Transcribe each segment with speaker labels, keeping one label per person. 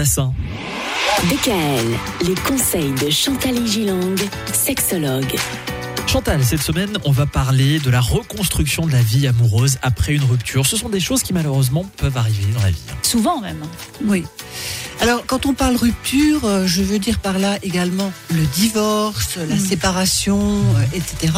Speaker 1: Bassin.
Speaker 2: DKL, les conseils de Chantal Gilang, sexologue.
Speaker 1: Chantal, cette semaine, on va parler de la reconstruction de la vie amoureuse après une rupture. Ce sont des choses qui malheureusement peuvent arriver dans la vie.
Speaker 3: Souvent même.
Speaker 4: Oui. Alors, quand on parle rupture, euh, je veux dire par là également le divorce, la
Speaker 3: Mm.
Speaker 4: séparation, euh, etc.,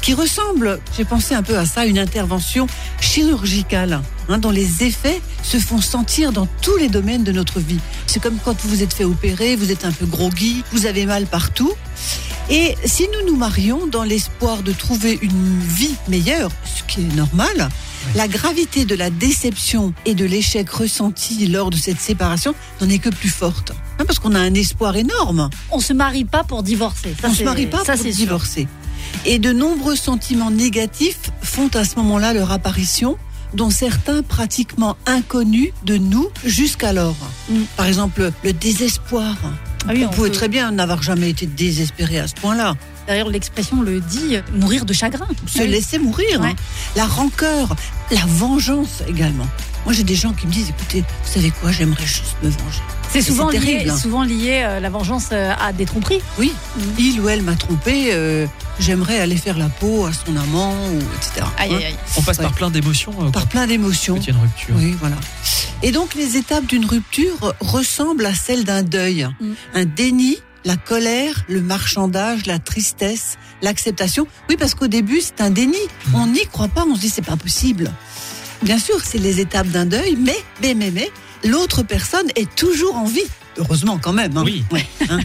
Speaker 4: qui ressemble, j'ai pensé un peu à ça, à une intervention chirurgicale, hein, dont les effets se font sentir dans tous les domaines de notre vie. C'est comme quand vous vous êtes fait opérer, vous êtes un peu groggy, vous avez mal partout. Et si nous nous marions dans l'espoir de trouver une vie meilleure, ce qui est normal, la gravité de la déception et de l'échec ressenti lors de cette séparation n'en est que plus forte. Hein, parce qu'on a un espoir énorme.
Speaker 3: On se marie pas pour divorcer.
Speaker 4: on
Speaker 3: Ça,
Speaker 4: ne se
Speaker 3: c'est-
Speaker 4: marie pas
Speaker 3: ça,
Speaker 4: pour
Speaker 3: c'est sûr.
Speaker 4: divorcer. Et de nombreux sentiments négatifs font à ce moment-là leur apparition, dont certains pratiquement inconnus de nous jusqu'alors.
Speaker 3: Mm.
Speaker 4: Par exemple, le désespoir.
Speaker 3: Ah oui,
Speaker 4: on
Speaker 3: on
Speaker 4: pouvait
Speaker 3: peut-
Speaker 4: très bien n'avoir jamais été désespéré à ce point-là.
Speaker 3: D'ailleurs, l'expression le dit, euh, mourir de chagrin. Ah
Speaker 4: se laisser mourir.
Speaker 3: Ouais.
Speaker 4: hein. La rancœur, la vengeance également. Moi, j'ai des gens qui me disent, écoutez, vous savez quoi, j'aimerais juste me venger.
Speaker 3: C'est souvent
Speaker 4: c'est
Speaker 3: lié,
Speaker 4: terrible, hein.
Speaker 3: souvent lié euh, la vengeance euh, à des tromperies.
Speaker 4: Oui,
Speaker 3: Mhm.
Speaker 4: il ou elle m'a trompé, euh, j'aimerais aller faire la peau à son amant, ou, etc.
Speaker 3: Aïe,
Speaker 4: Hein,
Speaker 3: aïe, aïe.
Speaker 1: On passe par
Speaker 4: Ouais.
Speaker 1: plein d'émotions euh,
Speaker 4: Par plein d'émotions.
Speaker 1: quand il y a une rupture.
Speaker 4: Oui, voilà. Et donc, les étapes d'une rupture ressemblent à celles d'un deuil.
Speaker 3: Mhm.
Speaker 4: Un déni, la colère, le marchandage, la tristesse, l'acceptation. Oui, parce qu'au début, c'est un déni.
Speaker 1: Mhm.
Speaker 4: On n'y croit pas, on se dit, c'est pas possible. Bien sûr, c'est les étapes d'un deuil, mais, mais, mais, mais, l'autre personne est toujours en vie. Heureusement, quand même. hein.
Speaker 1: Oui.
Speaker 4: Ouais, hein.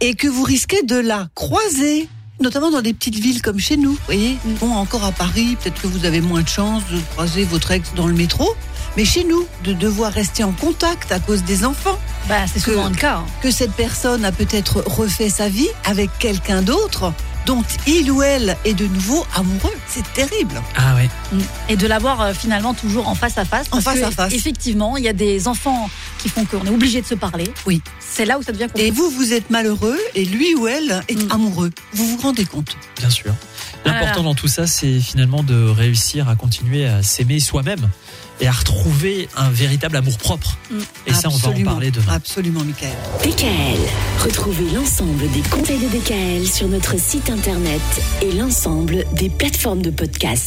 Speaker 4: Et que vous risquez de la croiser, notamment dans des petites villes comme chez nous. Vous voyez,
Speaker 3: Mm.
Speaker 4: bon, encore à Paris, peut-être que vous avez moins de chances de croiser votre ex dans le métro. Mais chez nous, de devoir rester en contact à cause des enfants,
Speaker 3: Bah, c'est souvent
Speaker 4: Que-
Speaker 3: le cas. hein.
Speaker 4: que cette personne a peut-être refait sa vie avec quelqu'un d'autre dont il ou elle est de nouveau amoureux. C'est terrible.
Speaker 1: Ah ouais.
Speaker 3: Et de l'avoir euh, finalement toujours en face à face.
Speaker 4: En face
Speaker 3: parce que,
Speaker 4: à face.
Speaker 3: Effectivement, il y a des enfants qui font qu'on est obligé de se parler.
Speaker 4: Oui.
Speaker 3: C'est là où ça devient compliqué.
Speaker 4: Et vous, vous êtes malheureux et lui ou elle est
Speaker 1: Hmm.
Speaker 3: Mm.
Speaker 4: amoureux. Vous vous rendez compte
Speaker 1: Bien sûr.
Speaker 3: Ah là
Speaker 1: L'important dans tout ça, c'est finalement de réussir à continuer à s'aimer soi-même et à retrouver un véritable amour propre.
Speaker 3: Mm.
Speaker 1: Et ça, on va en
Speaker 4: Absolument.
Speaker 1: parler demain.
Speaker 4: Absolument, Michael.
Speaker 2: DKL, retrouvez l'ensemble des conseils de DKL sur notre site internet et l'ensemble des plateformes de podcast.